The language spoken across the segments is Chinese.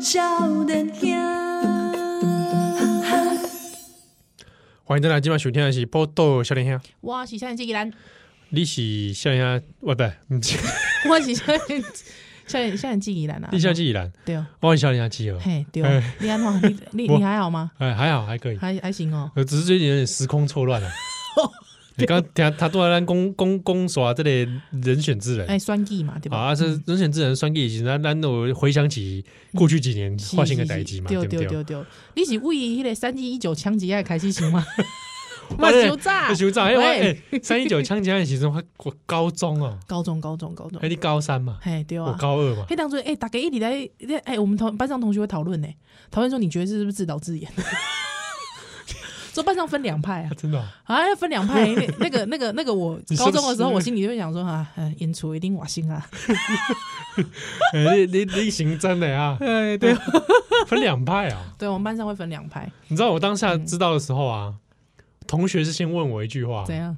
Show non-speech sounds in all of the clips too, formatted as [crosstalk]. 少年兄，哈哈。欢迎再来，今晚收听的是《波豆少年兄》，我是少年机器人，你是少年兄，我不，嗯 [laughs] 不是，我是少年少年少年机器人啊！你是少年纪然，对哦，我是少年兄基友。嘿对哦哎，你安怎？你你我你还好吗？哎，还好，还可以，还还行哦。呃，只是最近有点时空错乱 [laughs] 了。你刚刚听他突然公公公耍这类人选之人哎，算计嘛，对吧？嗯啊，是人选之人算计，其实咱咱有回想起过去几年是发生的是代嗯是志嘛，对不对对？对对，你是为迄个三一一九枪击案开始 [laughs] 想吗？ [laughs] 我我咧收炸那，修长，哎，我哎喂，三一九枪击案其实我我高中哦，高中高中高中哎，，你高三嘛，嘿对我啊。高二嘛，嘿，当初哎，大家一直在在哎，我们同班上同学会讨论呢，讨论说你觉得这是不是自导自演？ [laughs] 说班上分两派啊啊，真的哦，啊，要分两派。那那个、那个、那个，我 [laughs] 你是不高是中的时候，我心里就会想说啊，呃演出一定瓦 [laughs] 辛啊。哎，你你你行真的啊，对对，分两派啊。嗯对我们班上会分两派，你知道我当下嗯知道的时候啊，同学是先问我一句话，怎样？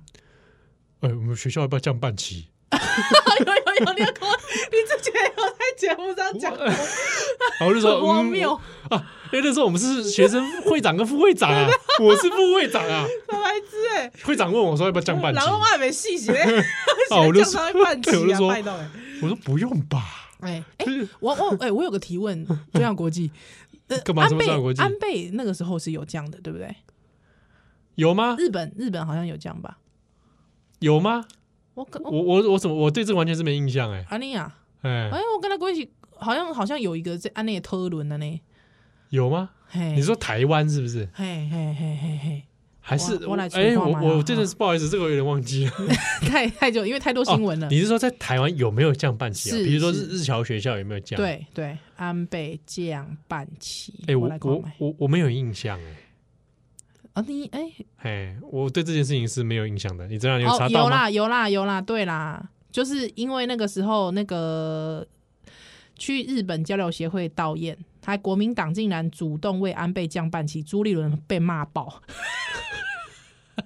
[laughs] 哎，我们学校要不要降半旗？有有有，你有跟我，你之前有在节目上讲过，然后我就说很 [laughs] 荒嗯谬，啊，因为那时候我们是学生会 [laughs] 长跟副会长啊，我是副会长啊。小白痴哎。会长问我说要不要降半旗然，后我也没细 [laughs] 写，哦我就讲到会半对我旗就啊，说拜到哎。我说不用吧， [laughs] 哎哎就，是我我哎，我有个提问，中央国际，呃干嘛安什么倍中央国际安倍那个时候是有这样的，对不对？有吗？日本日本好像有这样吧？有吗？我跟我我我我怎么我对这完全是没印象哎安妮亚，哎哎，我跟他过一起，好像好像有一个在安内特伦的呢。有吗？嘿，你说台湾是不是？嘿嘿嘿嘿嘿， [laughs] 还是我我来哎催化我嘛哈我真的是不好意思，这个我有点忘记了。太太久，因为太多新闻了。哦你是说在台湾有没有降半旗啊？是比如说是日日侨学校有没有降？，对对，安倍降半旗，哎我我来购我买我我没有印象哎。啊！你哎，哎，我对这件事情是没有印象的。你这样你有查到哦，有吗？啦有啦有啦，对啦，就是因为那个时候那个去日本交流协会悼唁，还国民党竟然主动为安倍降半旗，朱立伦被骂爆。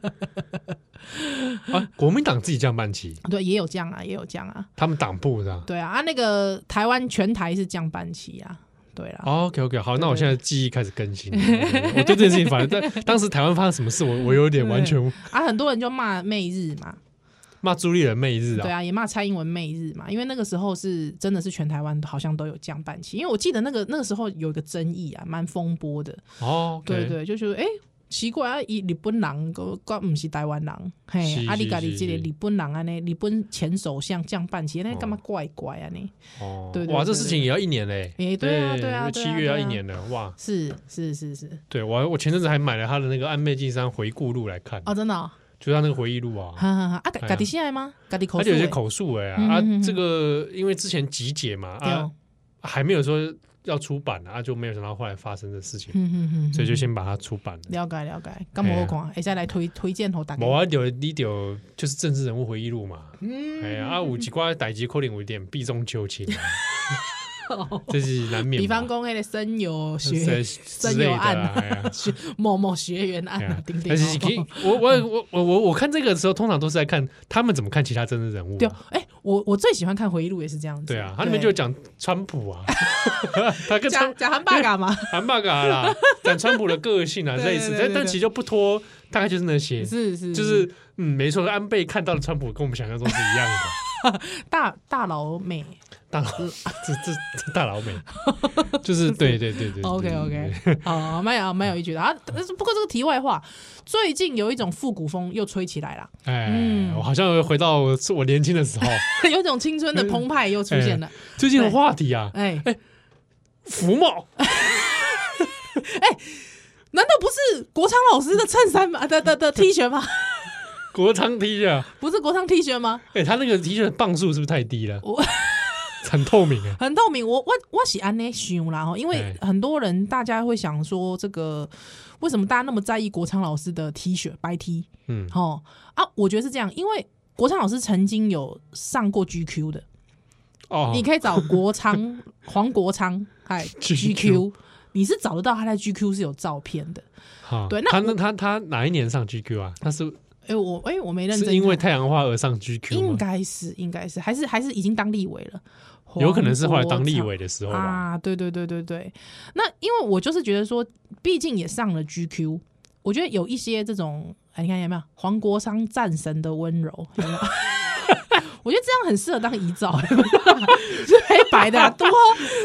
[laughs] 啊，国民党自己降半旗，对，也有降啊，也有降啊，他们党部的。对啊啊，那个台湾全台是降半旗啊，对啦， OK OK，好，哦对那我现在记忆开始更新了。我对这件事情，反正当 [laughs] 当时台湾发生什么事，我我有点完全啊，很多人就骂媚日嘛，骂朱立人媚日对啊。啊，也骂蔡英文媚日嘛，因为那个时候是真的是全台湾好像都有降半旗，因为我记得那个那个时候有一个争议啊，蛮风波的，哦，对，对，就觉得哎、诶奇怪啊，伊日本人个个唔是台湾人，嘿，是啊你是家己是这个是日本人安尼，日本前首相降半旗，那干嘛哦怪怪啊你？哦对，对哇，对这事情也要一年嘞。诶对啊对啊对啊七月要对啊一年了，哇！是是是是，对我我前阵子还买了他的那个《安倍晋三回顾录》来看，哦真的、哦，就是他那个回忆录啊。哈哈哈，啊哎家呀家己写的吗？家己口而述且有些的，口述哎嗯啊，啊嗯嗯这个因为之前集结嘛对啊哦，，还没有说要出版啊，就没有想到后来发生的事情，嗯嗯嗯，所以哎就嗯先把它出版了。了解了解，咁我看，会使来推推荐给大家某。啊，有你有就是政治人物回忆录嘛，嗯哎呀啊，有一寡代志可能有点避重就轻啊，[laughs] 这是难免嘛。哦比方讲，迄个生有在学之真类有的案啦啊哎 [laughs] 呀学某某学员案哎啊呀，顶顶但是可以哦。我我我我我我看这个的时候，通常都是在看他们怎么看其他政治人物 [laughs] 对嘛。哦，哎，我我最喜欢看回忆录也是这样子。对啊，他里面就讲川普 [laughs] 啊，他跟讲川讲韩爸 [laughs] 干嘛？韩巴嘎 [laughs] 啦，讲川普的个性啊对类似，对对但对但对其实就不脱，大概就是那些，是是，就是嗯，没错，安倍看到的川普跟我们想象中是一 [laughs] 样的。大大佬美。大佬，这这这大 [laughs] 佬美，就是对对对对。 OK 对 OK，对 [laughs] 好，蛮有蛮有一句的啊。但是不过这个题外话，最近有一种复古风又吹起来了，哎，嗯我好像又回到我我年轻的时候， [laughs] 有一种青春的嗯澎湃又出现了。最近的话题啊，哎，福茂难道不是国昌老师的衬衫吗？的的的 T 恤吗？ [laughs] 国昌 T 恤，啊不是国昌 T 恤吗？哎，他那个 T 恤的磅数是不是太低了？我 [laughs] 很透明 [laughs] 哎，很透明。我我我喜安呢想啦吼，因为哎很多人大家会想说，这个为什么大家那么在意国昌老师的 T 恤白 T？嗯，哦啊，我觉得是这样，因为国昌老师曾经有上过 GQ 的，哦，你可以找 [laughs] 国昌黄国昌，哎 GQ GQ。你是找得到他在 GQ 是有照片的，好，对那他我那他他哪一年上 GQ 啊？他是哎、我哎、我没认真是看，因为太阳花而上 GQ 应吗？该是应该是还是还是已经当立委了，有可能是后来当立黄国委的时候昌吧。啊，对对对对对。那因为我就是觉得说，毕竟也上了 GQ，我觉得有一些这种，哎，你看有没有黄国昌战神的温柔？有没有 [laughs] 我觉得这样很适合当遗照， [laughs] 是黑白的啦，啊多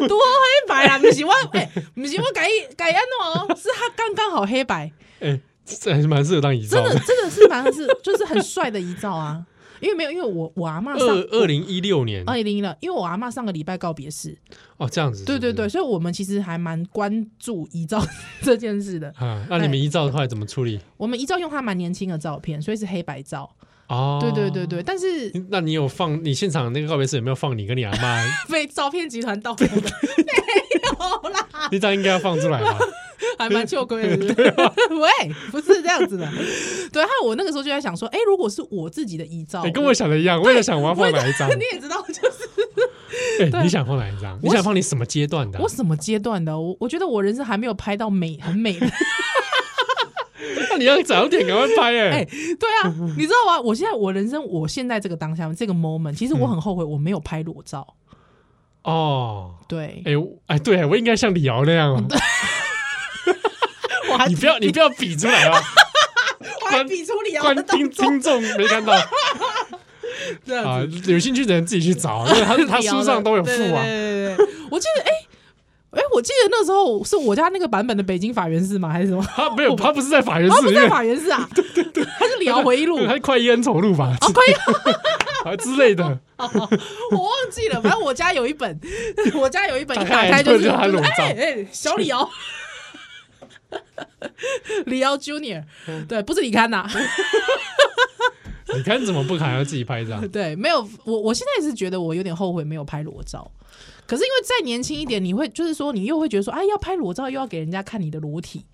多黑白啦，不是我哎、不是我改改安诺哦，是他刚刚好黑白，哎，这还是蛮适合当遗照真的的。真的是蛮是就是很帅的遗照啊，因为没有因为我我阿妈上二二零一六年二零一了，因为我阿妈上个礼拜告别式，哦，这样子。对对对，。所以我们其实还蛮关注遗照 [laughs] 这件事的。啊，那你们遗照后来怎么处理？我们遗照用他蛮年轻的照片，所以是黑白照。哦，对对对。对，但是 [laughs] 那你有放你现场那个告别式有没有放你跟你阿妈？ [laughs] 被照片集团盗用的没有啦，那张应该要放出来 [laughs] 吧？还蛮旧规的是不是。啊 [laughs] 喂，不是这样子的。对，还有我那个时候就在想说，哎，如果是我自己的遗照，你哎跟我想的一样，我也在想我要哦我 [laughs] 放也哪一张。你也知道， [laughs] 就是 [laughs] 哎，你想放哪一张？你想放你什么阶段的啊？我什么阶段的，我我觉得我人生还没有拍到美很 [laughs] 美的。那你要早点赶快 [laughs] 拍哎、哎。对啊，你知道吗？我现在我人生，我现在这个当下这个 moment，其实我很后悔我没有拍裸照。哦， [laughs] 对，哎我哎，对我应该像李敖那样哦。啊我还你不要你不要比出来啊！我还比出你啊观！听听众没看到这样啊，有兴趣的人自己去 [laughs] 找，因为 [laughs] 他他书上都有附对对啊。对对对对我记得哎。哎、我记得那时候是我家那个版本的北京法源寺吗？还是什么？他没有，他不是在法院他寺哦不里在面，法源 [laughs] 寺啊，对对对，他是聊回忆录，他快意恩仇录吧？快意啊之类的， [laughs] [laughs] 我忘记了。反正我家有一本， [laughs] 我家有一本，一打打开开就就是是他就裸是照哎哎，小李敖， [laughs] 李敖 Junior，对，嗯不是李康呐， [laughs] 你看怎么不还要自己拍一张？对，没有我，我现在是觉得我有点后悔没有拍裸照。可是因为再年轻一点，你会就是说，你又会觉得说，哎，要拍裸照又要给人家看你的裸体，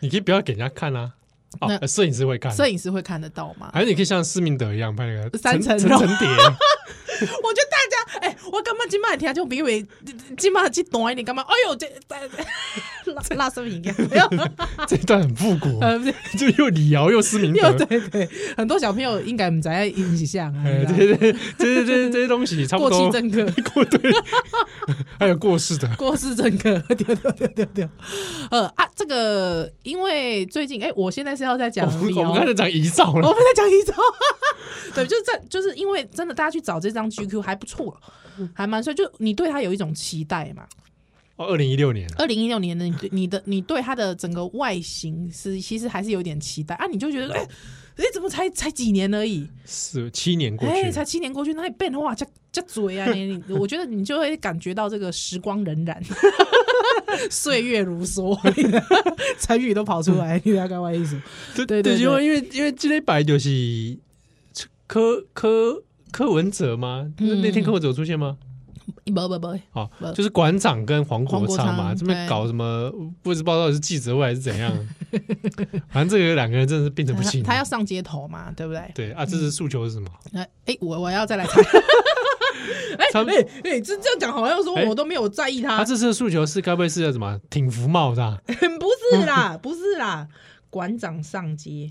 你可以不要给人家看啊。哦那，呃摄影师会看，摄影师会看得到吗？还是你可以像施明德一样拍那个三层层肉层层叠， [laughs] 我觉得大家，哎、我干嘛今晚听就比为今晚去短一点，干嘛？哎呦，这这拉拉生命一样，哎呦，这段很复古，呃，不是就又李敖又施明又德， [laughs] 对 [laughs] 对，很多小朋友应该不知道影响啊，哎，你这知道吗些这些这些这些东西差不过气多，政客。 [laughs] 过对，还有过世的，过世政客，对对对对对，呃啊，这个因为最近，哎、我现在是要在讲我们李哦我敖们刚才讲遗照我了，们在讲一招， [laughs] 对，就是这，就是因为真的，大家去找这张 GQ 还不错，还蛮帅，就你对他有一种期待嘛。哦，二零一六年，二零一六年的你对你的你对他的整个外形是其实还是有点期待啊，你就觉得哎。哎，怎么才才几年而已？是七年过哎、去才了，七年过去，那也变化这这嘴啊！你你，我觉得你就会感觉到这个时光荏苒，岁月如梭， [laughs] 成语都跑出来，你大概我意思。 [laughs] 对对对因为因为因为今天摆就是柯柯柯文哲吗？那嗯那天柯文哲有出现吗？不不不，哦不，就是馆长跟黄国昌黄国嘛，昌这边搞什么不知道到底是记者会还是怎样， [laughs] 反正这个两个人真的是变成不行。他要上街头嘛，对不对？对啊，这是诉求是什么？哎、哎，我我要再来猜。 [laughs] 哎他哎哎，这这样讲好像说哎我都没有在意他，他这次的诉求是该不会是要什么挺服贸的啊， [laughs] 不是啦，不是啦，馆长上街，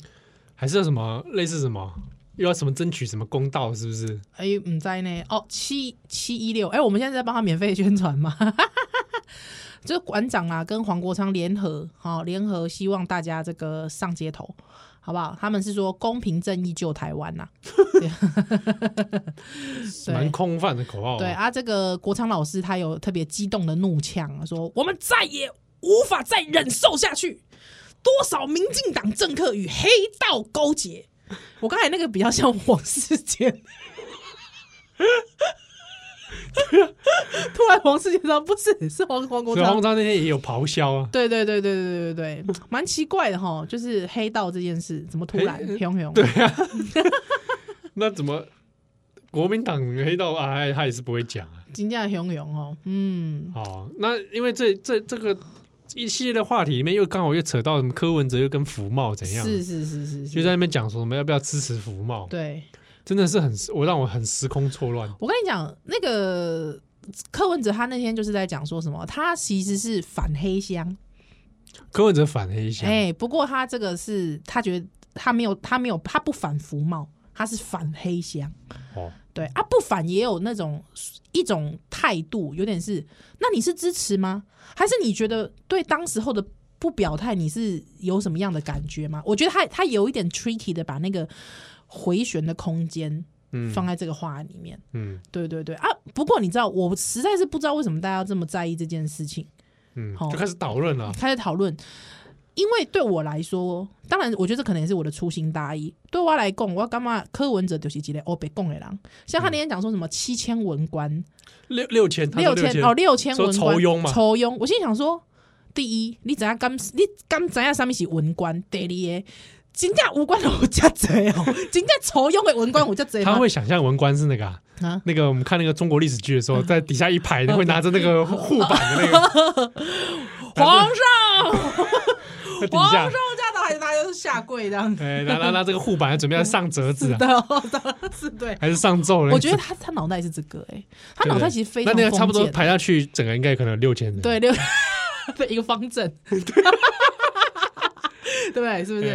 还是要什么类似什么又要什么争取什么公道？是不是？哎、唔知呢，哦，七七一六，哎，我们现在在帮他免费宣传嘛， [laughs] 就是馆长啊跟黄国昌联合，好、联合希望大家这个上街头，好不好？他们是说公平正义救台湾呐、 [laughs] 对蛮空泛的口号、啊。对啊，这个国昌老师他有特别激动的怒呛，说我们再也无法再忍受下去，多少民进党政客与黑道勾结。我刚才那个比较像王世坚，突然王世坚说不是，是黄黄国所以昌黄。章那天也有咆哮啊，对对对对对对对对，蛮奇怪的哈，就是黑道这件事怎么突然黑熊熊对啊，那怎么国民党黑道啊，他他也是不会讲啊。金价熊熊哦，嗯，哦，那因为这这这个一系列的话题里面，又刚好又扯到什么柯文哲又跟福茂怎样，是是是是，就是在那边讲说什么要不要支持福茂，对。真的是很我让我很时空错乱。我跟你讲，那个柯文哲他那天就是在讲说什么，他其实是反黑箱，哎柯文哲反黑箱，哎、不过他这个是他觉得他没有他没有他不反服贸，他是反黑箱。哦，对啊，不反也有那种一种态度，有点是，那你是支持吗？还是你觉得对当时候的不表态，你是有什么样的感觉吗？我觉得他他有一点 tricky 的把那个回旋的空间嗯放在这个话里面。嗯对对对啊，不过你知道，我实在是不知道为什么大家要这么在意这件事情，嗯好，就开始讨论了。开始讨论。因为对我来说，当然，我觉得这可能也是我的粗心大意。对我来讲，我干嘛柯文哲就是一个欧北共的人，像他那天讲说什么七千文官，六六千，他说六六千哦，六千说文酬官庸嘛酬庸。我心里想说，第一，你怎样敢，你敢怎样上面是文官？第二，真正文官有遮侪哦， [laughs] 真正酬庸的文官有遮侪他吗？会想象文官是那个啊啊，那个我们看那个中国历史剧的 [laughs] 时候，在底下一排的会拿着那个护板的那个，[laughs] 皇上，在底皇下上，驾到，还是大家都哎下跪这样子？哎，拿拿拿这个护板，准备要上折子 [laughs] 啊，对哦，当然是对。还是上奏了？我觉得他他脑袋是这个哎，他对不对脑袋其实非那常那个差不多封建排下去，整个应该可能有六千人。对六对一个方阵， [laughs] 对不对？是不是？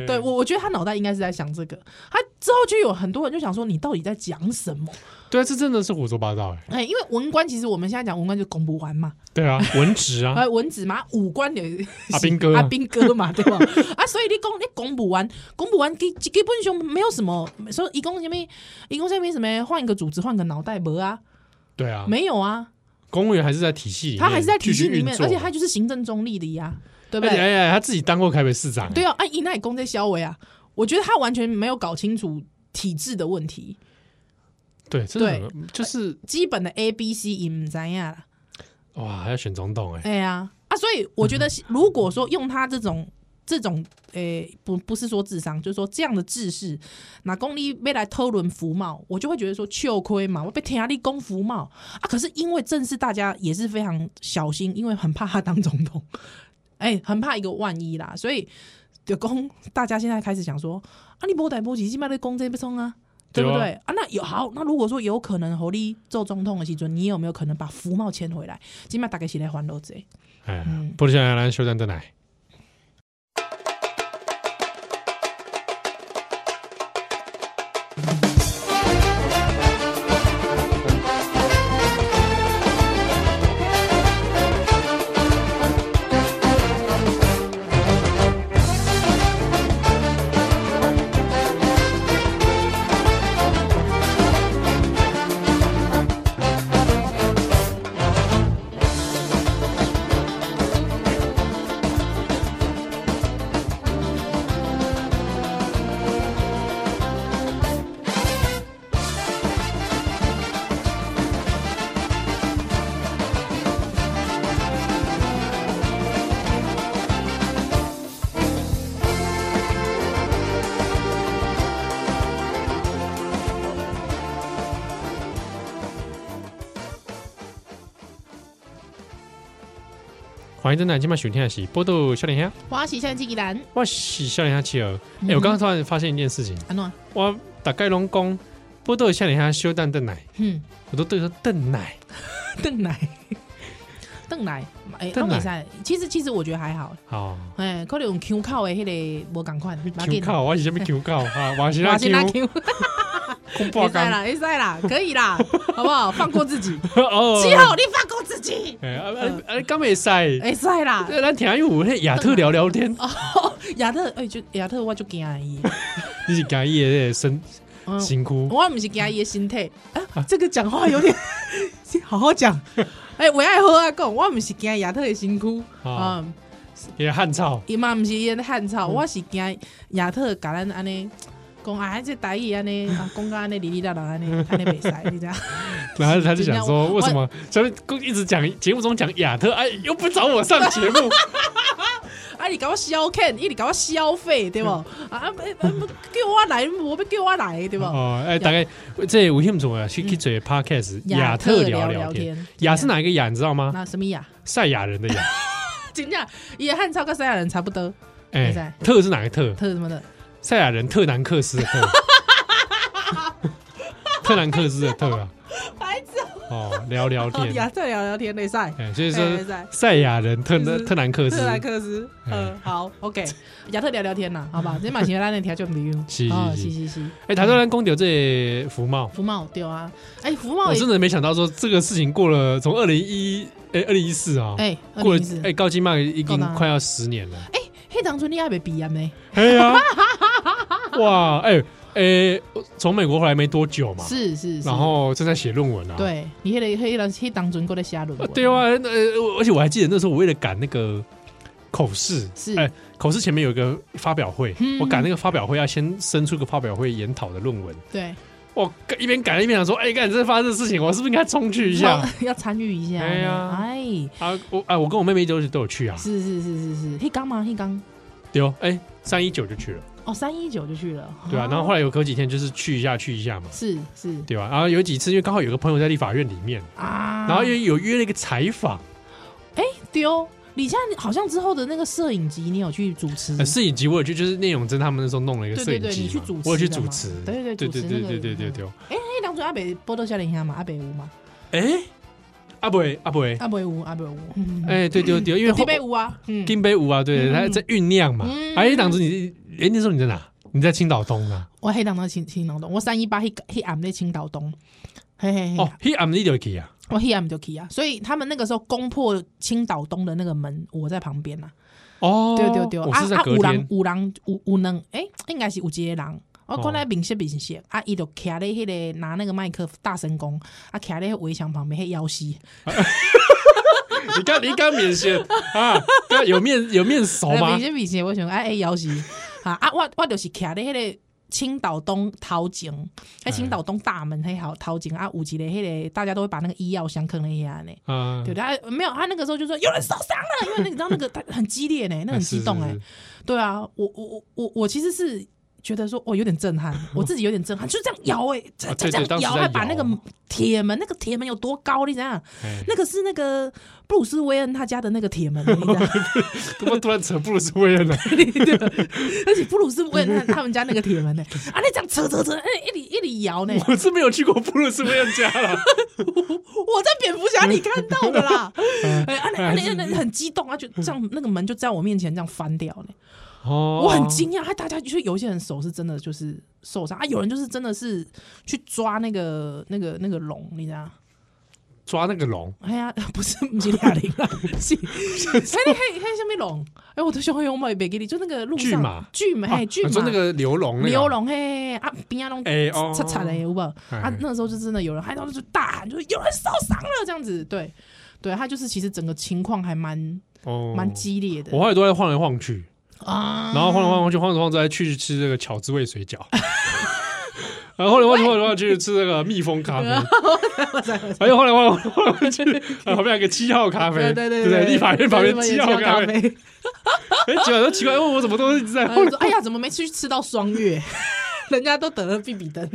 哎对我，我觉得他脑袋应该是在想这个。他之后就有很多人就想说，你到底在讲什么？对啊，这真的是胡说八道哎。哎、因为文官其实我们现在讲文官就公不完嘛，对 [laughs] 啊，文职啊呃、，文子嘛，武官的 [laughs] 阿兵哥啊阿兵哥嘛，对 [laughs] 吧？啊，所以你讲你公不完，公不完基基本上没有什么，说一共什么，一共什么什么，换一个组织，换个脑袋没啊，对啊，没有啊，公务员还是在体系里面，他还是在体继系续里面运，作啊而且他就是行政中立的呀，对不而且对？哎呀，他自己当过台北市长，对啊，啊，伊那也公在消维啊，我觉得他完全没有搞清楚体制的问题。对，真的很就是基本的 A、B、C 也唔知呀啦。哇，还要选总统哎，哎呀啊，所以我觉 [laughs] 得，如果说用他这种这种，诶、不不是说智商，就是说这样的智识，拿公力未来偷轮福茂，我就会觉得说吃亏嘛，我被天涯力攻福茂啊。可是因为正是大家也是非常小心，因为很怕他当总统，哎、很怕一个万一啦，所以就公大家现在开始想说啊，你波逮波起，起码在攻这不冲啊。对不对啊对啊？那有好，那如果说有可能侯力做总统的时阵，你有没有可能把福茂签回来？今麦大概是来还楼子。哎嗯，波多小兰修正邓奶。欢迎邓奶，今晚收听的是波多笑脸虾，我是现在纪兰，我是笑脸虾企鹅。嗯哎，我刚刚突然发现一件事情，安诺，我大概拢讲波多笑脸虾修正邓奶，嗯，我都对他说邓奶，邓奶，邓奶，哎，邓邓奶奶噻。其实其实我觉得还好，好。哎，可能用 Q 靠的迄个无共款，不要 Q 紧靠，我是什 [laughs] 么 Q 靠啊？我是我那是拉 Q， Q，空会爆塞缸啦，会塞啦，可 [laughs] 以啦，好不好？放过自己，哦七号你放过自己，哎啊啊啊！刚没塞，会塞啦。咱听下有那亚特聊聊天，哦，亚特，哎，就亚特，我就惊 [laughs] 伊，你是讲伊的身嗯辛苦，我不是惊伊的心态，啊这个讲话有点， [laughs] 好好讲。哎，我爱好啊讲，我不是惊亚特的辛苦啊啊。嗯伊的汗臭，伊嘛毋是伊的汉嗯草，我是惊亚特甲咱安尼讲啊，这台语 [laughs] 安尼啊，讲到安尼哩哩啦啦安尼安尼袂使，你知道？然后他就想说，我为什么咱们一直讲节目中讲亚特，哎，又不找我上节 [laughs] 目，啊，你甲我消遣，伊你甲我消费，对无？啊啊，不不叫我来，无要叫我来，对无？嗯哦，哎，大概这有兴趣啊，去去做嗯 podcast 亚特聊聊天，，亚是哪一个亚，你知道吗？那什么呀？ [laughs] 赛亚人的亚，真正伊的汉草跟西亚人差不多，哎赛，特是哪个特？特什么的，赛亚人特南克 [laughs] 斯的特，特南克斯的特啊，白痴，啊、哦，聊聊哦，亚天，特聊聊天内赛，哎，所以哎说内赛赛亚人特就是特南克斯特，兰克斯，呃，好，OK，亚 [laughs] 特聊聊天啦，好吧，这马奇拉那条就没用，嗯 [laughs] 是是哦是是是是，哎，台中人公掉这福茂，福茂对啊，哎，福茂我也真的没想到说这个事情过了，从二零一哎二零一四啊，哎，过过了了哎，哎高金麦已够经大了快要十年了，黑哎当初你爱被比啊没？哎 [laughs] 呀，哇，哎哎，从美国回来没多久嘛，是是是，啊然后正在写论文啊，。对你黑了黑了黑当中过来瞎轮啊，对，啊，呃，我而且我还记得那时候我为了赶那个口试，是哎、口试前面有一个发表会，嗯我赶那个发表会要先生出个发表会研讨的论文，对，我赶一边赶一边想说，哎、干这发生的事情，我是不是应该冲去一下？ [laughs] 要参与一下，哎呀哎，啊，我啊，我跟我妹妹都都有去啊，是是是是是，黑刚吗？黑刚。对哦，哎、三一九就去了，哦，三一九就去了，对啊，然后后来有隔几天就是去一下去一下嘛，是是对啊吧、然后有几次因为刚好有个朋友在立法院里面，啊，然后又有约了一个采访，丢李佳，好像之后的那个摄影集你有去主持，呃，摄影集我有去，就是聂永贞他们那时候弄了一个嗯对摄对影对，集你去嘛主持的嘛，，我有去主持，对对对主对持对那个对对对嗯对。哎，当初阿北波多笑脸下嘛，阿北有嘛，哎、阿伯阿伯，哎、阿北啊有，阿北有，嗯，对对对，因为这边有啊，嗯，金杯五啊，对，嗯他在酝酿嘛嗯。哎、当时你，哎、那时候你在哪？你在青岛东啊？我黑当到青青岛东，我三一八黑黑暗在青岛东，嘿嘿嘿哦，，He am the k 啊，我黑暗就去啊，所以他们那个时候攻破青岛东的那个门，我在旁边呐，啊哦，对对对，我啊是在啊，隔有天人，有人有有人，诶，应该是有一个人。我哦过来明显明显，啊，伊就徛咧迄个拿那个麦克大声公，啊，徛咧围墙旁边迄腰膝，你刚你刚面线啊，刚有面有面熟吗明？显明显，我想哎哎腰膝，啊啊，我我就是徛咧迄个青岛东头前，迄青岛东大门迄好头前啊，有一个迄个大家都会把那个医药箱坑咧遐呢。啊，对，他没有，他那个时候就说有人受伤了，因为那个你知道那个他很激烈呢，那个很激动哎、是是对啊，我我我我我其实是觉得说，我有点震撼，我自己有点震撼，就这样摇哎、这啊这对这对当样时摇，在还把摇那个铁门，那个铁门有多高，你知道？哎那个是那个布鲁斯威恩他家的那个铁门，你知道？怎么突然扯布鲁斯威 [laughs] 恩了？对，而且布鲁斯威恩他他们家那个铁门呢，啊，那这样扯扯扯，哎，一里一里摇呢，我是没有去过布鲁斯威恩家了，我在蝙蝠侠里看到的啦，哎，啊，那啊那那那很激动啊，就这样那个门就在我面前这样翻掉呢。哦 [laughs] 我很惊讶，还大家就是有一些人手是真的就是受伤啊，有人就是真的是去抓那个那个那个龙，你知道？哦抓那个龙，哎呀，不是不是哑铃啊，是哎，你看你看下面龙，哎，我的熊黑熊猫也没给你，就那个路上巨马巨马，嘿，啊巨马，你说那个牛龙，牛，龙，嘿，啊，边啊龙，哎哦擦擦嘞，有无？啊哎，那时候就真的有人，还然后就大喊，就是有人受伤了，这样子，对，对他就是其实整个情况还蛮哦蛮激烈的我后来都在晃来晃去，啊，然后晃来晃去，晃着晃着还去吃这个巧滋味水饺， [laughs] 然后后来晃来晃来晃去吃那个蜜蜂 [laughs] 咖啡，还有后来晃来晃去，啊旁边还有个七号咖啡，对对对对不对，立法院旁边对七号咖啡，。哎，结果都奇怪，问我怎么都一直 [laughs] 在然后就说：“哎呀，怎么没去吃到双月？人家都得了比比登，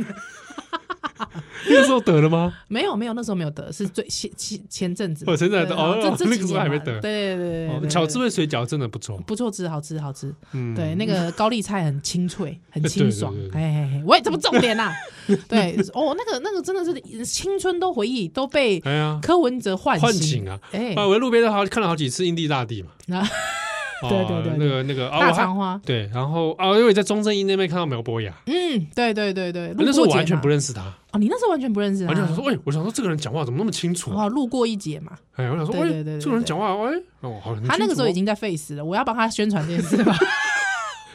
那时候得了吗？没有没有，那时候没有得，是最前前前阵子，哦前阵子对哦然后这这那几个时候年还没嘛得对对对对哦对，巧对滋味水饺真的不错，不错吃，好吃好吃。嗯，对，那个高丽菜很清脆， [laughs] 很清爽对对。对哎哎哎，喂，这不重点啦。 [laughs] 对，哦，那个那个真的是青春都回忆都被哎呀，柯文哲唤唤醒醒。啊！哎，啊，我在路边都好看了好几次印地大 [laughs] 地嘛，然后哦对对对对那个那个啊，大我还肠花，对，然后啊，因为在中正一那边看到苗博雅，嗯，对对对对，那时候路我过完节全嘛不认识他。哦，你那时候完全不认识他，完全想说，哎、我想说这个人讲话怎么那么清楚、啊？哦，路过一节嘛。哎、我想说，哎、对对对对对这个人讲话，哎、哦，好，很他那清个楚时候哦已经在 face 了，我要帮他宣传这件事吧。 [laughs]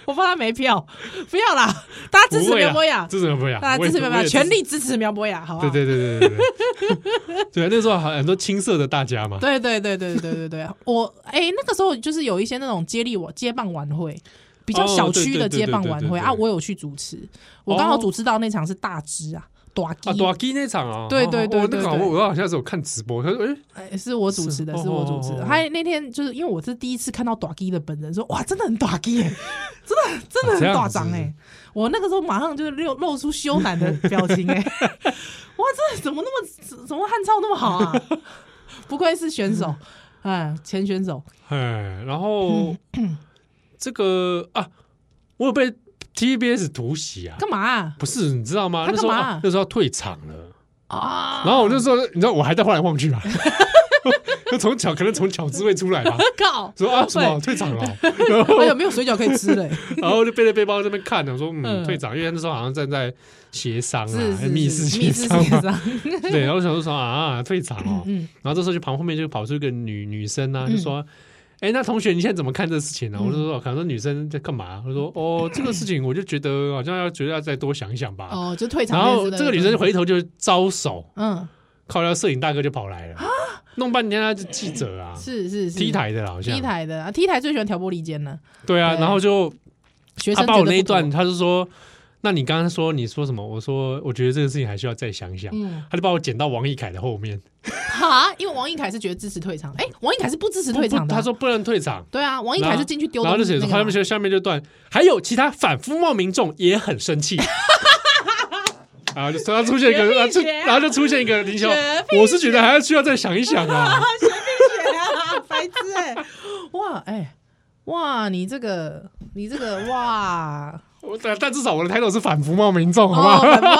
我怕他没票，不要啦！大家支持不会啊啦苗博雅，支持苗博雅，大家我也支持苗博雅，全。我也力支持苗博雅，好不好？对对对对对对对，对 [laughs] 那时候好很多青涩的大家嘛，对对对对对对对对 [laughs] 我哎、那个时候就是有一些那种接力我接棒晚会，比较小区的接棒晚会、哦对对对对对对啊，我有去主持，我刚好主持到那场是大支啊，短啊，鸡、短基那场啊，对对对哦对那个对我我好像是有看直播，他说，哎，哎是我主持的，是是我主持哦哦哦的。哦还那天就是因为我是第一次看到短鸡的本人，说哇，真的很短鸡耶， [laughs] 真的真的很大张啊这哎、样我那个时候马上就是露露出羞赧的表 [laughs] 情哎、哇，这怎么那么怎么汉操那么好啊？不愧是选手，哎，前选手哎，然 [laughs] 后这个啊，我有被 TBS 突袭啊，干嘛啊、不是，你知道吗？他那时候干嘛啊那时候要退场了，啊，然后我就说，你知道我还在晃来晃去啊， [laughs] 就从巧可能从巧滋味出来吧，靠，说啊什么退场了，然后 [laughs] 哎有没有水饺可以吃嘞？然后就背着背包在那边看，我说嗯嗯退场，因为那时候好像正在协商 [laughs] 是啊，是密室是协密室商协嘛，商，对，然后我想说说啊退场哦，嗯，然后这时候就旁后面就跑出一个女女生啊，就嗯说。哎，那同学，你现在怎么看这事情呢、我就说，可能说女生在干嘛？我说，哦，这个事情我就觉得好像要觉得要再多想一想吧。 [laughs] 哦，就退场然之类后的。这个女生回头就招手，嗯，靠，要摄影大哥就跑来了，弄半天他是记者啊，啊是是是 T 台的啦，好像 T 台的啊，T 台最喜欢挑拨离间了。对啊，对然后就学他生把觉我得那一不妥段，，他就说，那你刚刚说你说什么？我说我觉得这个事情还需要再想想。嗯，他就把我剪到王一凯的后面，哈，因为王一凯是觉得支持退场，哎，王一凯是不支持不退不场的啊。他说不能退场，对啊，王一凯是进去丢然后东就写西那个他嘛们写下面就段，还有其他反服贸民众也很生 [laughs] 气。啊！就然后出现一个，然后学就屁学啊然后就出现一个林霄学，我是觉得还要需要再想一想啊。对 [laughs] 啊，白痴哎、哇哎、哇，你这个你这个哇，我但但至少我的抬头是反服贸民众，好不哦好？很棒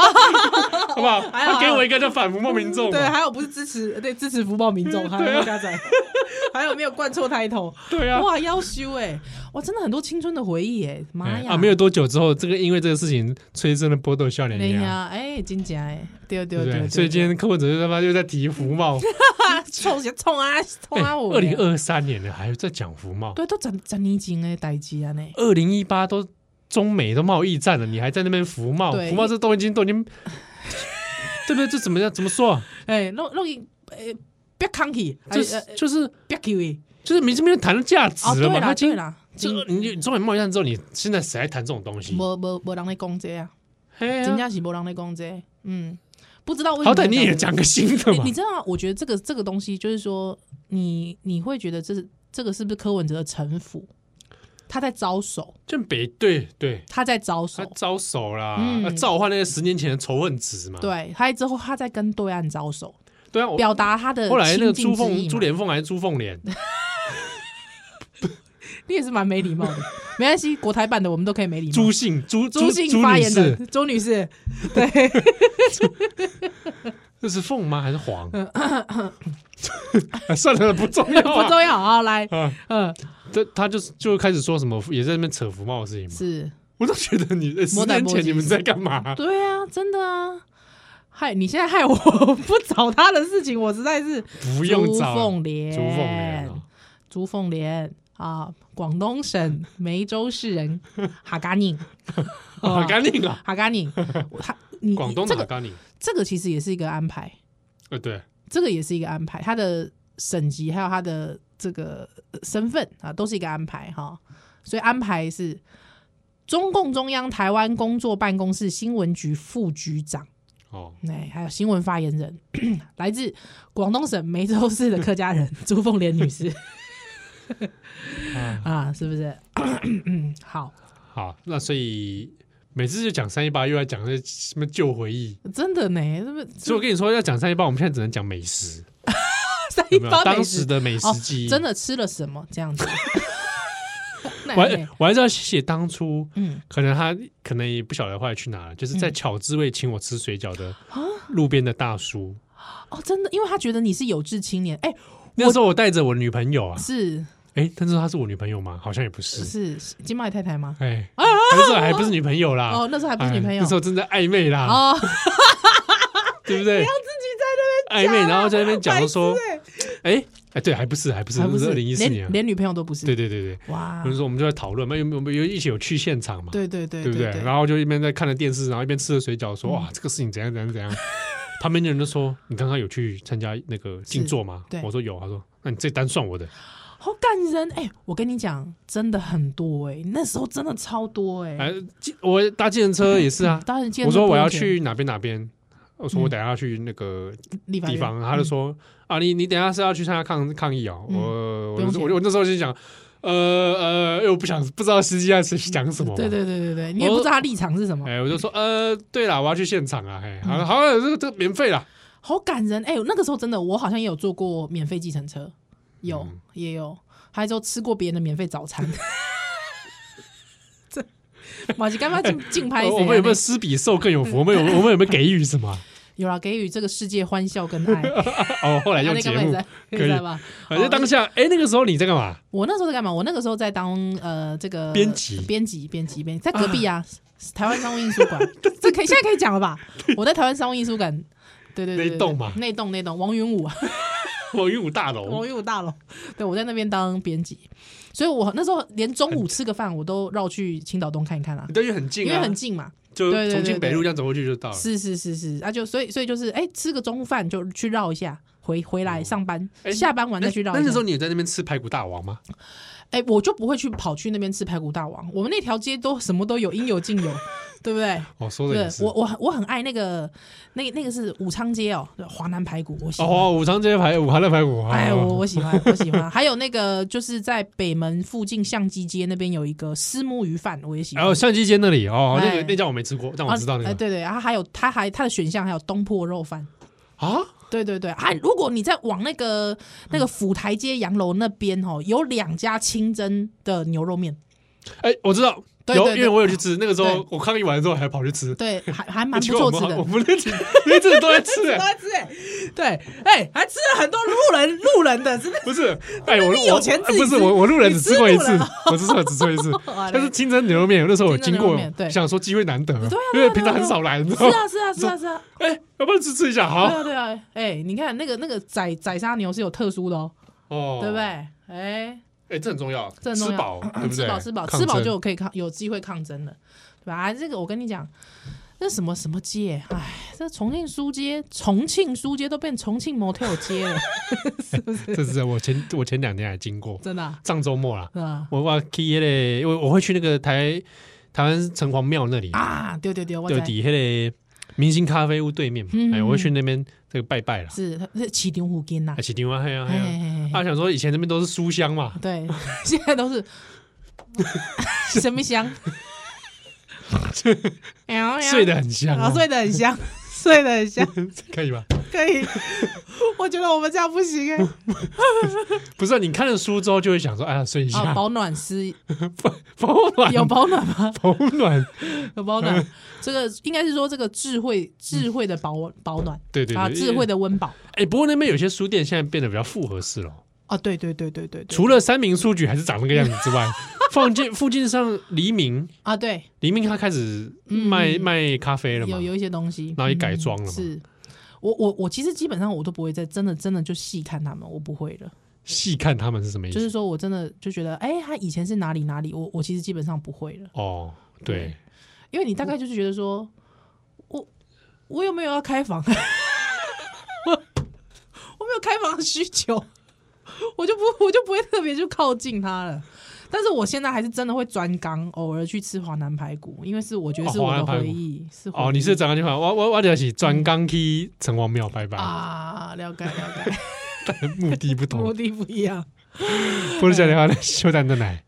好不好？还他好给我一个叫反服贸民众啊对，嘛，还有不是支持对支持福报民众，还有没有加载， [laughs] 还有没有灌错抬头？对啊。哇，要修哎、哇，真的很多青春的回忆哎、妈哎呀、啊！没有多久之后，这个因为这个事情催生了波豆笑脸哎一样。呀，哎，金甲哎，对对对不对对？所以今天柯文哲就他妈又在提福茂，冲谁冲啊冲 [laughs] 啊我，哎二零二三年了还在讲福茂，对都整整年前的代志啊呢，二零一八都中美都贸易战了，你还在那边福茂，对福茂这都已经都已经， [laughs] 对不对？这怎么样？怎么说啊？哎，弄弄一哎，别扛起，哎就是哎就是别起喂，就是没这边谈价值哦了嘛？对他啦今对啦，这金你你中美贸易战之后，你现在谁还谈这种东西？无无无人咧讲这啊，嘿啊真正是无人咧讲这，嗯，不知道为什么。好歹你也讲个新的你，嘛你。知道吗，我觉得这个这个东西就是说，你你会觉得这是这个是不是柯文哲的城府？他在招手，就北对对，他在招他手，招手啦，嗯他召唤那个十年前的仇恨值嘛。对，他之后他在跟对岸招手，对啊，我表达他的后来那个亲朱凤近之意嘛朱，连凤还是朱凤莲，你也是蛮没礼貌 [laughs] 的，没关系，国台办的我们都可以没礼貌。朱姓朱 [laughs] 朱朱姓发女言士，人，周 [laughs] 女士，这是凤吗？还是黄？ [laughs] 算了，不重要、嗯 [laughs] 不重要啊，来，要啊。嗯，这他就是就开始说什么，也在那边扯福帽的事情嘛。是，我都觉得你呃十摸来年摸前你去们在干嘛、对啊，真的啊，害你现在害我 [laughs] 不找他的事情，我实在是不用朱找凤莲，朱凤莲哦，朱凤莲啊，广东省梅州市人，哈嘎宁，哦好干净啊！哈嘎宁，他你广东这哪个干净？这个其实也是一个安排，呃，对，这个也是一个安排，他的省级还有他的这个呃身份啊，都是一个安排哈。所以安排是中共中央台湾工作办公室新闻局副局长，哦，哎，还有新闻发言人， [clears throat] 来自广东省梅州市的客家人朱凤莲女士啊 [laughs] 啊，是不是？ [coughs] 好，好，那所以每次就讲三一八，又来讲这什么旧回忆。真的呢，是不是？所以我跟你说，要讲三一八，我们现在只能讲美食， [laughs] 三有一没有？八美当食时的美食哦记忆，真。的吃了什么这样子？ [laughs] 那我也还我还是要写当初，哎嗯可能他可能也不晓得后来去哪了，就是在巧滋味请我吃水饺的啊路边的大叔。哦，真的，因为他觉得你是有志青年，哎、那时候我带着我女朋友啊，是哎，但是她是我女朋友吗？好像也不是，是金麦太太吗？哎，那时候还不是女朋友啦，啊哦，那时候还不是女朋哎友那时候正在暧昧啦，哦，对不对？不要自己在那边暧啊昧，然后在那边讲说，哎哎，对，还不是还不是，欸还不那是是二零一四连年啊，连女朋友都不是，对对对对，哇我，就说我们就在讨论嘛，有没有有没有一起有去现场嘛？啊对对对对不对对？？然后就一边在看着电视，然后一边吃着水饺，说：“哇，这个事情怎样怎样怎样。” [laughs] 旁边的人就说：“你刚刚有去参加那个静坐吗？”对我说：“有。”他说：“那你这单算我的。好感人哎！我跟你讲，真的很多哎，那时候真的超多”哎。嗯。哎，计我搭计程车也是啊当然，我说我要去哪边哪边，我说我等一下要去那个嗯地地方，他就说：“啊，你你等一下是要去参加抗抗议哦。”嗯我不用我钱我我那时候就想，呃呃，因为我不想不知道司机在讲什么嘛。嗯对对对对对，你也不知道他立场是什么，哎，我就说：“呃，对了，我要去现场啊。”嘿，好了好了，这个这个免费啦。好感人哎！那个时候真的，我好像也有坐过免费计程车，有嗯也有，还有吃过别人的免费早餐。 [laughs] 这马吉干嘛竞竞拍谁呃啊？哎我们有没有那啊啊 [laughs] 施比受更有福？我们有我们有没有给予什么？有啦，给予这个世界欢笑 [laughs] 跟爱。哦，后来啊用那节干嘛你目，在可以你在吧？反正当下，哎，那个时候你在干嘛？我那时候在干嘛？我那个时候在当呃这个编辑编辑、编辑、编辑，在隔壁啊，台湾商务印书 [laughs] 馆，这可以现在可以讲了吧？我在台湾商务印书馆，对对对，对那一栋嘛对那一栋那一栋，王云武啊， [laughs] 我云武大楼王，云武大楼，对我在那边当编辑，所以我那时候连中午吃个饭我都绕去青岛东看一看啊你，对，很因近为啊，很近嘛，就对对重庆对北对路这样走过去就到了。是是是是，啊就所以所以就是哎吃个中午饭就去绕一下。回回来上班，哎下班完那再去绕一下。那个时候你有在那边吃排骨大王吗？哎、我就不会去跑去那边吃排骨大王。我们那条街都什么都有，应有尽 [laughs] 有，对不对？哦，说的对也，是。我我很我很爱那个那那个是武昌街哦，对华南排骨，我喜欢。哦，武昌街排骨，韩的排骨，哎，哦我我喜欢，我喜欢。还有那个就是在北门附近相机街那边有一个虱目鱼饭，我也喜然欢。后哎相机街那里哦，那个哎那家我没吃过，但我知道那哎个对对，然后还有它还它的选项还有东坡肉饭，啊，对对对，啊，如果你再往那个那个府台街洋楼那边哦，有两家清真的牛肉面，哎，我知道，对有，对因为对我有去吃，那个时候对我抗议完之后还跑去吃，对，还还蛮哎奇不怪我 [laughs] 们错吃好的我。们那几那一阵子都在 [laughs] 吃，哎吃哎、 [laughs] 对，哎、还吃了很多路人路人的，真的不是，哎，我你有钱我自己不是吃我我路人只你吃吃过一路次人，，我只吃了只吃过一次 [laughs] 好嘞但是清蒸牛肉面，那时候我清蒸经牛肉过面，对想说机会难得，对啊因对为啊平常对啊很少来，你知道 [laughs] 是吗？啊是啊是啊是啊，哎，要不然吃吃一下对好啊对啊，哎、你看那个那个宰宰杀牛是有特殊的哦，哦，对不对？哎，哎、这很重要，这很重吃要饱，对不对？吃饱吃饱抗吃饱争就有可以抗有机会抗争了，对吧？啊，这个我跟你讲，那什么什么街，哎，这重庆书街、重庆书街都变重庆 motel 街 [laughs] 了，这是我前我前两天还经过，真的啊、上周末啦，是吧我我去嘞，因为我会去那个台台湾城隍庙那里，啊，对对对，我就在底下嘞明星咖啡屋对面嘛，嗯哎，我会去那边这个拜拜啦，是是起丁湖边呐啊，，起丁湾嘿啊嘿哎哎啊，哎啊想说以前那边都是书香嘛，对， [laughs] 现在都是什么香？睡得很香啊，啊，睡得很香，睡得很香，可以吧？可以。 [laughs] 我觉得我们这样不行哎、不是啊你看了书之后就会想说，哎呀，睡一啊，下，保暖师保暖有保暖吗？保暖，有 [laughs] 保暖，这个应该是说这个智慧智慧的保保暖对嗯对 [laughs] 啊，对，智慧的。的温饱哎，不过那边有些书店现在变得比较复合式了，啊，对对对对对对，除了三明书局还是长那个样子之 [laughs] 外，放近附近上黎明。啊对，黎明他开始嗯卖、嗯卖咖啡了嘛，有有一些东西，嗯然后也改装了嘛，是。我我我其实基本上我都不会再真的真的就细看他们，我不会了。细看他们是什么意思？就是说我真的就觉得，哎、他以前是哪里哪里，我我其实基本上不会了，哦，对，因为你大概就是觉得说，我我有没有要开房？ [laughs] 我我没有开房的需求，我就不我就不会特别去靠近他了。但是我现在还是真的会专岗，偶尔去吃华南排骨，因为是我觉得是哦我华南的排骨回忆，是回忆哦，你是长安金华，我我我就是专刚去城隍庙拜拜，嗯啊，了解了 [laughs] 解，但 [laughs] 目的不目同。的不一样。不是讲电话的 [laughs] 修蛋的奶，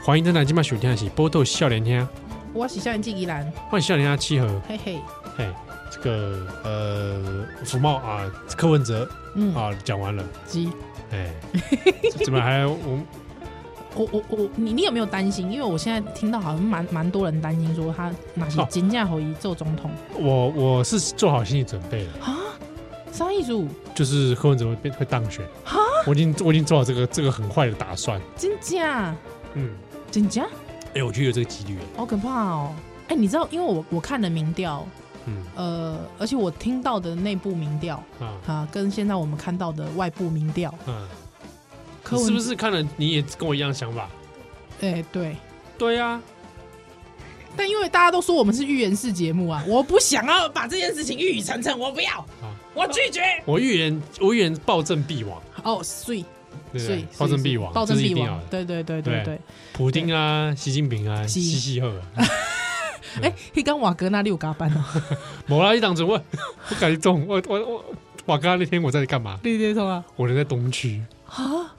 欢迎在南今麦收听的是波豆笑脸天，我喜笑年纪宜兰，欢迎笑脸天七和，嘿嘿，嘿，这个呃福茂啊，柯文哲嗯，啊讲完了，鸡。哎，怎么还有我我我我，你你有没有担心？因为我现在听到好像蛮蛮多人担心说他哪些哦金价侯一做总统我我是做好心理准备了，啊，啥意思？就是柯文哲会变会当选哈，我已经我已经做好这个这个很坏的打算，真假？嗯。真假？哎、我觉得有这个几率。好可怕哦！哎、你知道，因为我我看了民调，嗯呃，而且我听到的内部民调啊啊，跟现在我们看到的外部民调，啊，柯你文是不？是看了你也跟我一样想法？哎、对。对啊呀、但因为大家都说我们是预言式节目啊，我不想要把这件事情一语成谶，我不要。啊，我拒绝。我预言，我预言暴政必亡，哦，碎对不碎对，暴政必亡，暴政这是一必定要亡的。，对对对对对。普丁啊，习近平啊，是西西赫啊，哎，迄刚瓦格纳六嘎班哦， [laughs] 某拉一党主问，我感动，我我我，瓦格纳那天我在干嘛？对对对啊，我人在东区啊，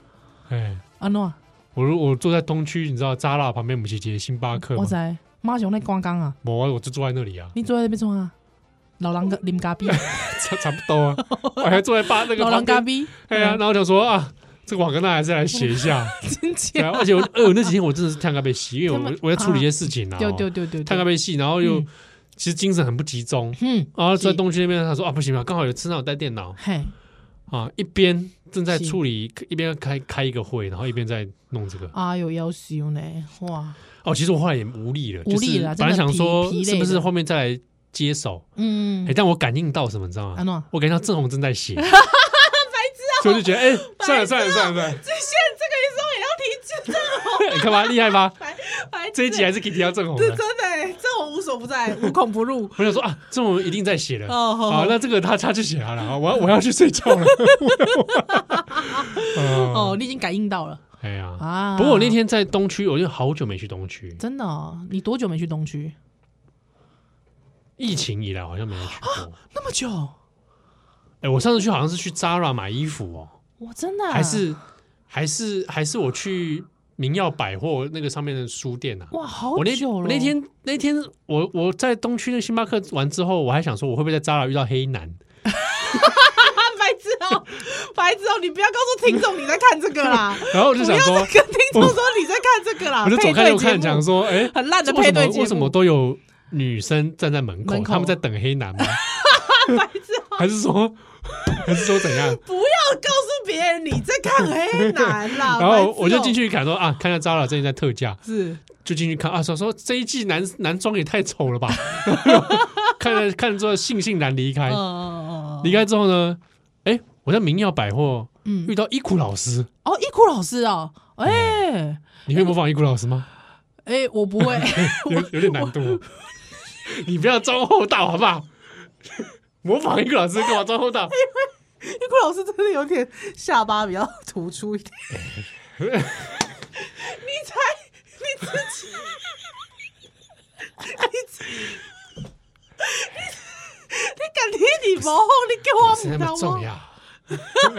哎，安诺啊，我如我坐在东区，你知道扎拉旁边母鸡街星巴克我吗？知，马上在关工啊，某啊，我就坐在那里啊，你坐在那边做啊？老狼哦咖啉咖啡，差差不多啊，我还坐在巴 [laughs] 那个老旁狼咖边，啡，嗯哎呀，然后我想说啊，这个瓦格纳还是来写一下，真对 [laughs] 假？啊，而且我呃那几天我真的是看咖啡戏，因为他们我我要处理一些事情啊，对对对对，看咖啡，啡戏，然后又嗯其实精神很不集中，嗯，然后在是东区那边他说啊不行啊，刚好有车上有带电脑嘿，啊，一边正在是处理一边开开一个会，然后一边在弄这个。啊有要求呢，哇，哦，其实我后来也无力了，无力了就是本来想说真的疲疲是累不是了后面再来接手，嗯哎，，但我感应到什么，你知道安吗？诺，我感应到郑红正在 [laughs] 写，白痴啊！所以我就觉得，哎，算啊了算了算了算了， [laughs] 这现在这个时候也要提这你看吧，厉害吧？白这一集还是可以提到郑红的。真的欸，这我无所不 [laughs] 在，无孔不入。我想说啊，郑红一定在写了。哦好好，那这个他他去写好了，好我要我要去睡觉 [laughs] 了。哦，哦，你已经感应到了哎呀，啊！不过我那天在东区，我就好久没去东区，真的哦、你多久没去东区？疫情以来好像没有去 [laughs] 过。那么久，哎，我上次去好像是去 Zara 买衣服哦。我真的啊、还是还是还是我去明耀百货那个上面的书店啊。哇，好我那久了。哦那天那天我我在东区的星巴克玩之后，我还想说我会不会在扎拉遇到黑男？白痴哦、白痴哦、你不要告诉听众你在看这 [laughs] 个啦，然后我就想说，跟听众说你在看这个啦我就左看右看，讲说， [laughs] 哎、很烂的为配什对么节目，为什么都有女生站在门口，门口哦他们在等黑男 [laughs] 吗？还是说 [laughs] 还是说怎样？不要告诉别人你在看哎黑男 [laughs] 啦。然后我就进去，去看说啊，看一下扎拉最近在特价，是就进去看啊，说说这一季男男装也太丑 [laughs] 了吧，看了看了之后悻悻然离开嗯，嗯离开之后呢，哎，我在明耀百货嗯遇嗯，到伊库老师，哦，一哭老师哦、哎、你会模仿伊库老师吗？哎、我不会， [laughs] [laughs] 有有点难度哦， [laughs] 你不要装厚道好不好？模仿伊库老师干嘛装厚哎道？一哭老师真的有点下巴比较突出一点。你才你自己，你自你你敢贴你毛后，你给我是那么重要？哎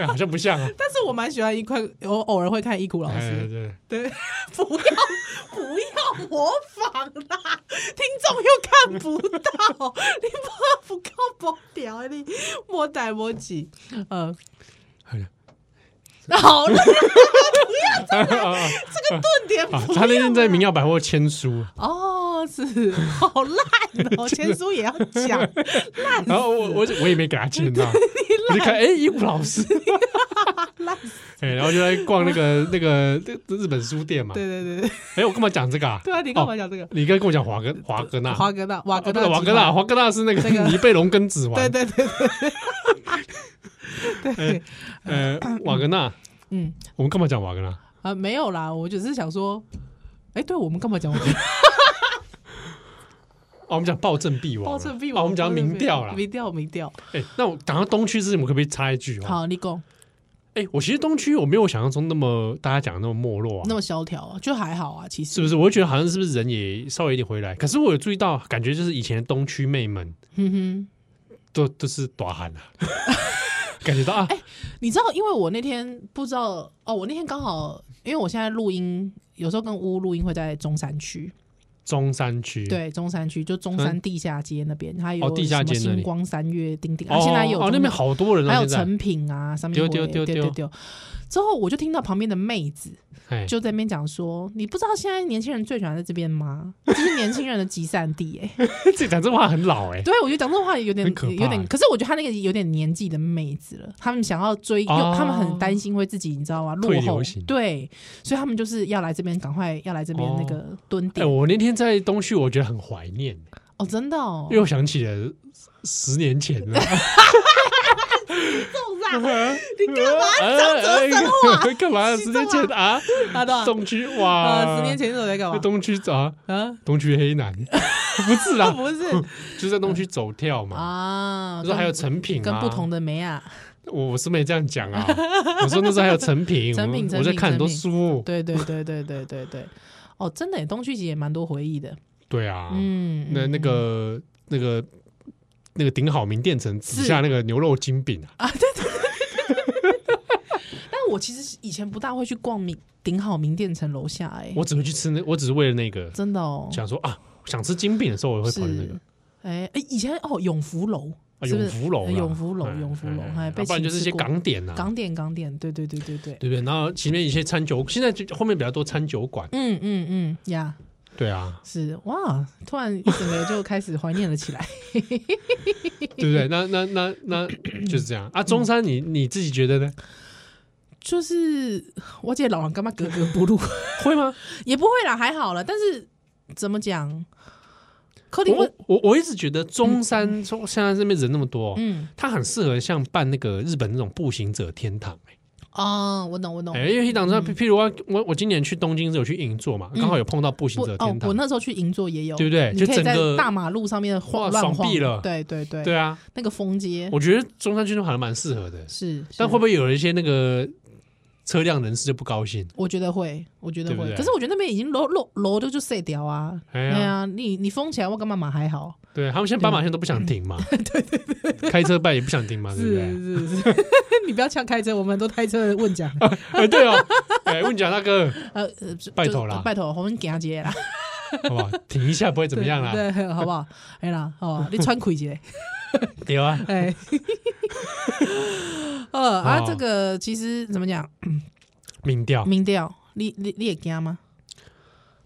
好像不像啊。但是我蛮喜欢一块，我偶尔会看一哭老哎师。对，对，不要不要模仿啦，听众又看不到，你怕不靠不掉，你莫呆莫挤，呃， [laughs] 哎呀好了，啊啊啊这个顿点 [laughs] 啊！不他那用天在了明耀百货签书，哦，是 [laughs] 好烂 [laughs] 哦，前书也要讲，然后我我我也没给他签到，我就看哎伊库老师， [laughs] 烂死，哎，然后就在逛那个那个那日本书店嘛。对对对对，哎，我干嘛讲这个啊？对啊，你干嘛讲这个？你刚才跟我讲华格华格纳，华格纳，瓦啊不格纳是集团，瓦格纳，华格纳是那 [laughs] 这个个尼贝龙跟子对丸，对对 [laughs] 哎对对，呃，瓦格纳， [laughs] 嗯我们干嘛讲瓦格纳？啊，没有啦，我只是想说，哎，对我们干嘛讲 [laughs] 我们哦，我们讲暴政必亡暴啊，政必哦亡？我们讲民调啦。民调，民调，哎，那我讲到东区之前，我可不可以插一句哦？好，你讲哎，我其实东区我没有想象中那么大家讲的那么没落啊那，么萧条啊，就还好啊，其实是不是？我会觉得好像是不是人也稍微有点回来，可是我有注意到，感觉就是以前的东区妹们哼嗯哼。都都是短喊啊， [laughs] 感觉到啊，哎你知道，因为我那天不知道哦，我那天刚好，因为我现在录音，有时候跟屋录音会在中山区，中山区，对，中山区就中山地下街那边，还有哦地下街什那么里星光三月丁丁，啊哦，现在也有哦中那边好多人啊，还有现在成品啊，上面丢会丢丢对丢对丢。之后我就听到旁边的妹子哎就在那边讲说：“你不知道现在年轻人最喜欢在这边吗？这是年轻人的集散地。”哎， [laughs] 这讲这话很老哎，对我觉得讲这种话有点很可怕有点，可是我觉得她那个有点年纪的妹子了，他们想要追，又哦他们很担心会自己你知道吗？落退流后行，对，所以他们就是要来这边，赶快要来这边哦那个蹲哎、点。我那天在东旭，我觉得很怀念，欸哦，真的哦啊因为，我想起了十十年前了。这种啊？ [laughs] 你干嘛长折生啊？ [laughs] 干嘛？十年前啊，啊对啊东区呃，哇，十年前你在干嘛在？东区啊，啊，东区黑男 [laughs] 不是啊 [laughs] 啦， [laughs] 不是就在东区走跳嘛。啊，那时候还有跟成品啊，跟不同的梅啊，我我是没这样讲啊， [laughs] 我说那时候还有成品，成品我我在看很多书，对对对对对对对，哦，真的耶，东区其实也蛮多回忆的，对啊，嗯，那嗯那个那个那个顶好名店城底是下那个牛肉精饼啊，但我其实以前不大会去逛名顶好名店城楼下、哎，我只会去吃那，我只是为了那个真的哦，想说啊，想吃精饼的时候我会是跑去那个。哎、哎、以前哦永福楼，啊，是不永是福楼啦，哎永福楼，哎永福楼，哎，被不然就是一请些吃过港点啊，港点港点，对对对对对，对不对？然后前面一些餐酒，现在就后面比较多餐酒馆，嗯嗯嗯呀对啊，是哇，突然一整个就开始怀念了起来。对不对？那那那那 [coughs] 就是这样啊。中山你，你自己觉得呢？就是我姐老人干嘛格格不入， [laughs] 会吗？ [laughs] 也不会啦，还好了。但是怎么讲，柯林我我我我一直觉得中山中现在这边人那么多，嗯它很适合像办那个日本那种步行者天堂、欸哦，我懂我懂。哎、因为一档上，譬如我我我今年去东京是有去银座嘛，嗯刚好有碰到步行我者哦天，堂，我那时候去银座也有，对不对你就可以在整个大马路上面哇晃乱爽晃毙了对对对，对啊，那个风街我觉得中山区都好像蛮适合的，是，但会不会？会有一些那个车辆人士就不高兴？我觉得会，我觉得对不会。对可是我觉得那边已经楼楼楼都就碎掉啊，哎对呀啊，你你封起来我干嘛嘛还好，对他们现在斑马线都不想停 [laughs] 嘛，对对对，开车拜也不想停嘛，对不对？是是， [laughs] 你不要呛开车，我们都开车问讲。哎，对哦， [laughs] 哎，问蒋大哥，呃呃，就拜托啦就拜托，我们行街啦，好不好？停一下不会怎么样啦，对，对好不 [laughs] 好？哎啦，哦，你穿开一下，对啊，哎， [laughs] 呃哦啊，这个其实怎么讲？民调民调，你你你也惊吗？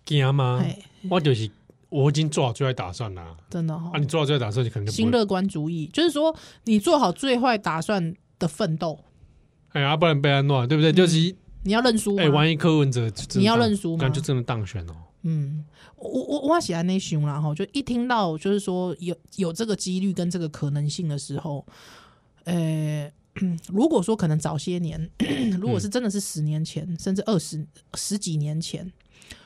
惊啊吗？哎，我就是我已经做好最坏打算啦，真的哈啊，，你做好最坏打算，你可能就哦新不会，乐观主义就是说，你做好最坏打算的奋斗，哎呀，不然被安诺，对不对？就是你要认输吗哎，万一柯文哲就真的嗯你要当认输吗那就真的当选哦，嗯，我我我喜欢那熊啦哈，就一听到就是说有有这个几率跟这个可能性的时候，呃，如果说可能早些年， [coughs] 如果是真的是十年前，甚至二十十几年前，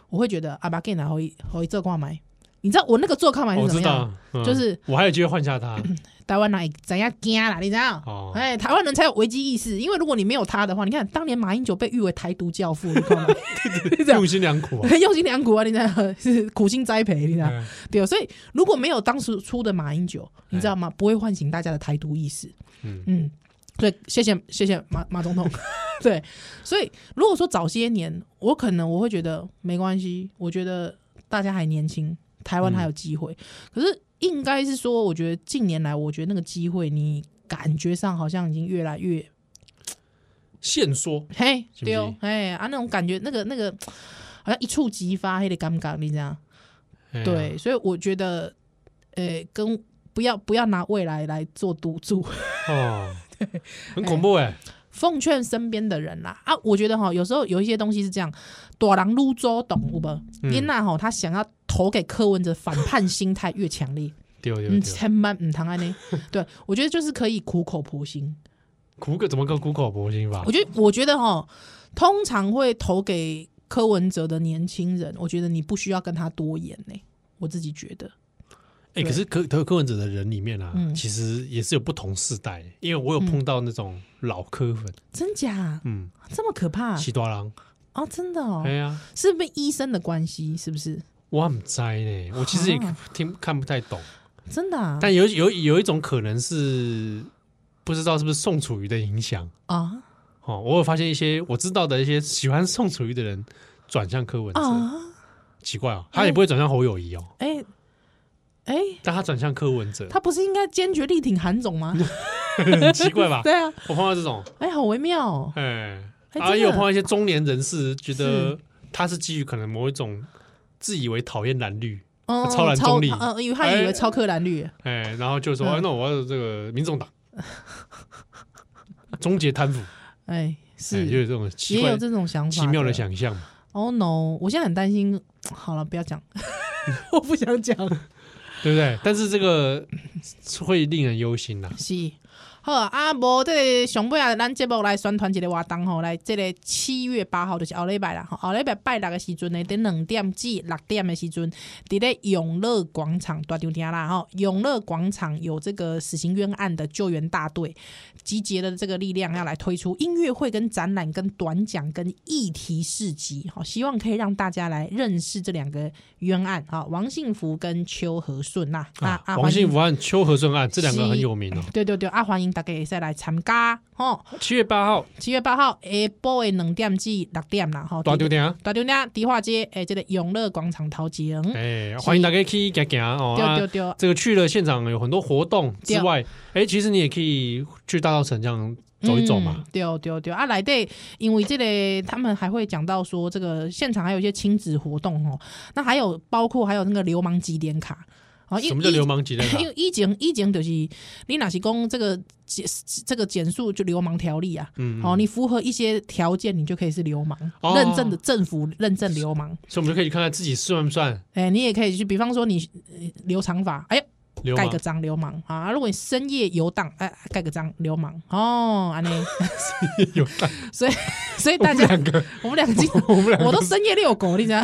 我会觉得阿巴给拿回回这挂买，你知道我那个做看买哦是我怎么知样？道，嗯就是我还有机会换下 [clears throat] 他，台湾哪会怎样惊啦？你知道？哦哎、台湾人才有危机意识，因为如果你没有他的话，你看当年马英九被誉为台独教父，你 [laughs] 看吗？ [laughs] 这样用心良苦啊，很用心良苦啊，你知道？ [laughs] 是苦心栽培，你知道？哎对，所以如果没有当时出的马英九，你知道吗？不会唤醒大家的台独意识。嗯哎嗯，所以谢谢谢谢马马 [laughs] 总统。对，所以如果说早些年，我可能我会觉得没关系，我觉得大家还年轻，台湾还有机会。嗯可是应该是说，我觉得近年来，我觉得那个机会，你感觉上好像已经越来越现说，嘿，是不是对哦，嘿啊，那种感觉，那个那个好像一触即发，黑的尴尬，你知道。哎呀对，所以我觉得，呃，跟不要不要拿未来来做赌注， [laughs] 哦，很恐怖哎、奉劝身边的人啦啊，我觉得哈，有时候有一些东西是这样，躲狼撸周懂不？因娜哈，她想要投给柯文哲，反叛心态越强烈，丢丢丢，嗯，千万唔唐安呢，对我觉得就是可以苦口婆心，苦个怎么个苦口婆心法我？觉得我觉得哈，通常会投给柯文哲的年轻人，我觉得你不需要跟他多言呢、我自己觉得，哎、可是柯柯柯文哲的人里面啊，嗯其实也是有不同世代，因为我有碰到那种老柯粉，真假嗯，这么可怕西多郎，哦，真的啊哦哎，呀，是不是医生的关系？是不是我很栽呢，我其实也啊听看不太懂，真的啊？但有有有一种可能是不知道是不是宋楚瑜的影响啊哦，我有发现一些我知道的一些喜欢宋楚瑜的人转向柯文哲，啊！奇怪哦，他也不会转向侯友谊哦，哎、哎、但他转向柯文 [laughs] 哲，他不是应该坚决力挺韩总 [laughs] 吗？很奇怪吧？对啊，我碰到这种。哎、好微妙、哦。哎，哎然后真也有的碰到一些中年人士，觉得是他是基于可能某一种自以为讨厌蓝绿，嗯超蓝中立嗯，呃因为他以为超克蓝绿，哎，然后就说，嗯哎那我要这个民众党终结贪腐，哎、哎是、就有这种奇也怪有这种想法，奇妙的。想象嘛。 Oh no！我现在很担心。好了，不要讲， [laughs] 我不想讲。对不对？但是这个会令人忧心呐、是好啊，无这个上尾啊，咱节目来宣传一个活动吼，来这个七月八号就是后礼拜啦，吼后礼拜拜六的时阵呢，伫两点至六点的时阵，伫咧永乐广场大场听啦吼，永乐广场有这个死刑冤案的救援大队集结了这个力量，要来推出音乐会、跟展览、跟短讲、跟议题市集，好，希望可以让大家来认识这两个冤案啊，王幸福跟邱和顺呐，啊啊，王幸欢迎福案、邱和顺案这两个是很有名哦。对对对，啊，欢迎大家也再来参加吼。七月八号，七月八号下晡的两点至六点啦，吼，大丢点啊！大中间迪化街诶，这个永乐广场头前，哎，欢迎大家去行行哦。对啊对啊对，这个去了现场有很多活动之外，哎，其实你也可以去大稻城这样走一走嘛嗯。，对对对，啊，来对，因为这个他们还会讲到说，这个现场还有一些亲子活动哦，那还有包括还有那个流氓几点卡，哦，因什么叫因流氓级的？ [laughs] 因为以前以前就是你若是讲这个减这个减速就流氓条例啊，嗯，哦，你符合一些条件，你就可以是流氓，哦认证的政府认证流氓。所以我们就可以看看自己算不算哎、你也可以去，比方说你呃留长发，哎呦，流盖氓个。章流氓啊！如果你深夜游荡，哎、盖个章流氓哦，安内， [laughs] 有所以 [laughs] 所以我大们家两个，我们两个经常，我们两 [laughs] 我个都深夜遛狗，你 [laughs] 知道，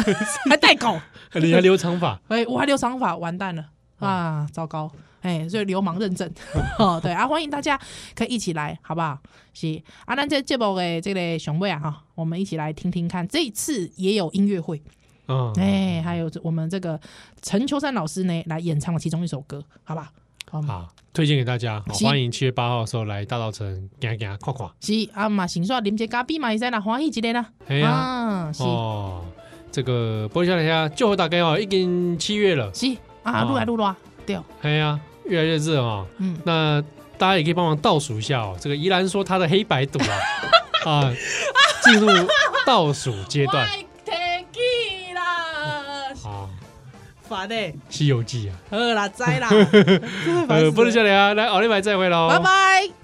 还带狗，都，你还留长发，哎、我还留长发，完蛋了啊，糟糕！哎、所以流氓认证 [laughs] 哦，对啊，欢迎大家可以一起来，好不好？是啊，那这这部的这个熊妹啊哈，我们一起来听听看，这一次也有音乐会，嗯，哎、还有这我们这个陈秋山老师呢，来演唱了其中一首歌，好吧？好嘛，好，推荐给大家，好嗯是欢迎七月八号的时候来大稻城行行看看。是啊嘛，想说啉些咖啡嘛，会使啦，欢喜一个啦。哎呀，啊，是、哦，这个播下来下，就和大概哦，已经七月了，是啊，哦愈来愈热，对，哎呀，越来越热哦。嗯，那大家也可以帮忙倒数一下哦。这个宜兰说他的黑白赌 [laughs] 啊，啊，进入倒数阶 [laughs] 段提啦，啊，烦诶， 《西游记》啊， [laughs] [laughs] 好啦，知啦，真的烦死了呃，播下来啊，来，奥利白再会喽，拜拜。